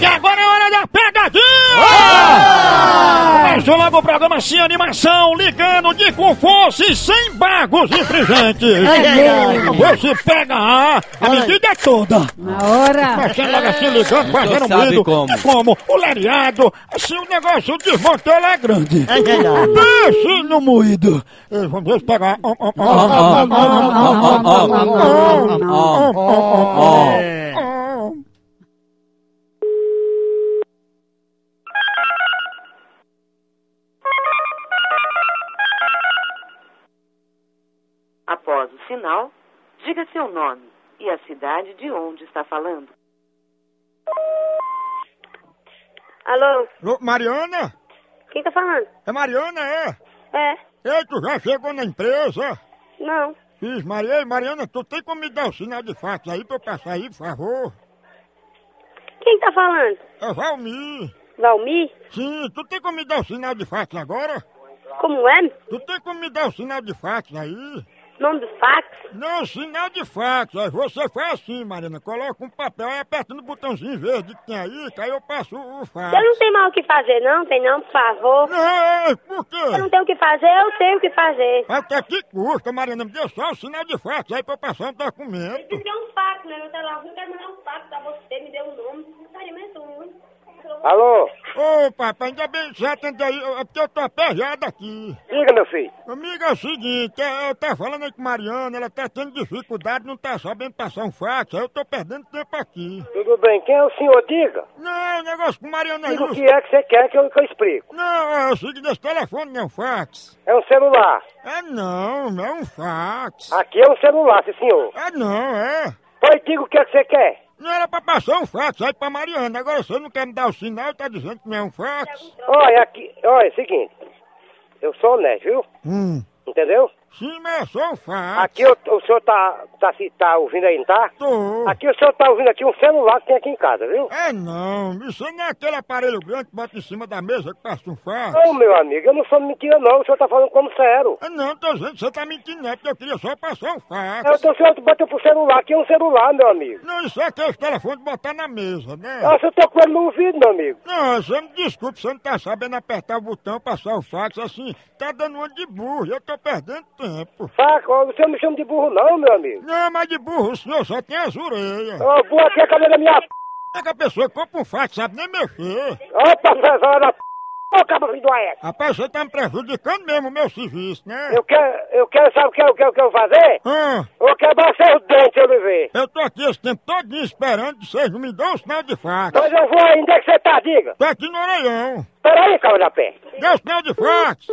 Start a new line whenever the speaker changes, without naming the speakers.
é
Ah!
Começou logo o um programa sem animação, ligando de com força e sem bagos e frigentes. Você pega a, a medida é toda.
Na hora.
Começando logo assim, ligando, fazendo
Ah. sabe
medo.
como.
É como o lariado, assim o negócio desmontou, ele é grande.
É verdade.
Peixe no moído. Eh, Vamos ver se pegar. Ó, ó, ó, ó, ó, ó, ó, ó, ó. Ó.
Após o sinal, diga seu nome e a cidade de onde está falando.
Alô,
Ô, Mariana?
quem tá falando?
É Mariana, é?
É,
Ei, tu já chegou na empresa?
não,
Diz, Maria, ei, Mariana, tu tem como me dar o sinal de fax aí pra eu passar aí, por favor?
quem tá falando?
É Valmir.
Valmir?
Sim, tu tem como me dar o sinal de fax agora?
Como é?
Tu tem como me dar o sinal de fax aí?
Nome do fax?
Não, sinal de fax. Aí você faz assim, Mariana. Coloca um papel aí, aperta no botãozinho verde que tem aí, que aí eu passo o fax.
Eu não tenho mais o que fazer, não, tem não, por favor.
Não, ei, por quê?
Eu não tenho o que fazer, eu tenho o que fazer.
Até que custa, Mariana. Me dê só o sinal de fax aí pra eu passar um documento.
deu um fax, né? Meu telefone não quero mandar um fax pra você, me deu um nome, não estaria mais um.
Alô?
Ô, papai, ainda bem que você atendeu aí. É porque eu tô aperreado aqui.
Diga, meu filho.
Amiga, é o seguinte, é, eu tá falando aí com Mariana, ela tá tendo dificuldade, não tá sabendo passar um fax, aí eu tô perdendo tempo aqui.
Tudo bem, quem é o senhor? Diga.
Não, o negócio com Mariana é
Diga o que
isso.
é que você quer que eu, que eu explico.
Não, é o seguinte, esse telefone não é um fax.
É um celular.
É não, não é um fax.
Aqui é um celular, sim, senhor.
É não, é.
Pois diga o que é que você quer.
Não era pra passar um fax aí pra Mariana, agora você não quer me dar o sinal e tá dizendo que não é um fax?
Olha, aqui, olha, é o seguinte. Eu sou honesto, viu?
Hum,
Entendeu?
sim, mas é só um fax.
Aqui eu- o senhor tá, tá, se- tá ouvindo aí, não tá?
Tô.
Aqui o senhor tá ouvindo aqui um celular que tem aqui em casa, viu?
É não, isso não é aquele aparelho grande que bota em cima da mesa que passa um fax.
Ô, meu amigo, eu não sou mentira não, o senhor tá falando como sério.
Ah, Não, tô dizendo que você tá mentindo, não, porque eu queria só passar um fax.
Eu tô, o senhor bateu pro celular, aqui é um celular, meu amigo. Ah,
Não, isso é aquele telefone de botar na mesa, né?
Nossa, eu tô com ele no ouvido, meu amigo.
Não, você me desculpe, você não tá sabendo apertar o botão, passar o fax, assim, tá dando uma de burro, eu tô perdendo tempo.
Saca, ó, o senhor não me chama de burro não, meu amigo.
Não, mas de burro o senhor só tem as orelhas. Como
Ó, burro aqui é a cadeira da minha p...
é que a pessoa compra um fax, sabe nem mexer?
Opa, César, da p... Ô, cabra filho do Aeco.
Rapaz, você tá me prejudicando mesmo o meu serviço, né?
Eu quero, eu quero, sabe o que eu quero, que eu vou fazer?
Ah,
Eu quero bater os dentes, eu lhe ver.
eu tô aqui esse tempo todo esperando que vocês não me dão um sinal de fax.
Mas eu vou aí, onde é que você tá, diga?
Tô aqui no orelhão.
Peraí, cabra da pé.
Dê o sinal de fax!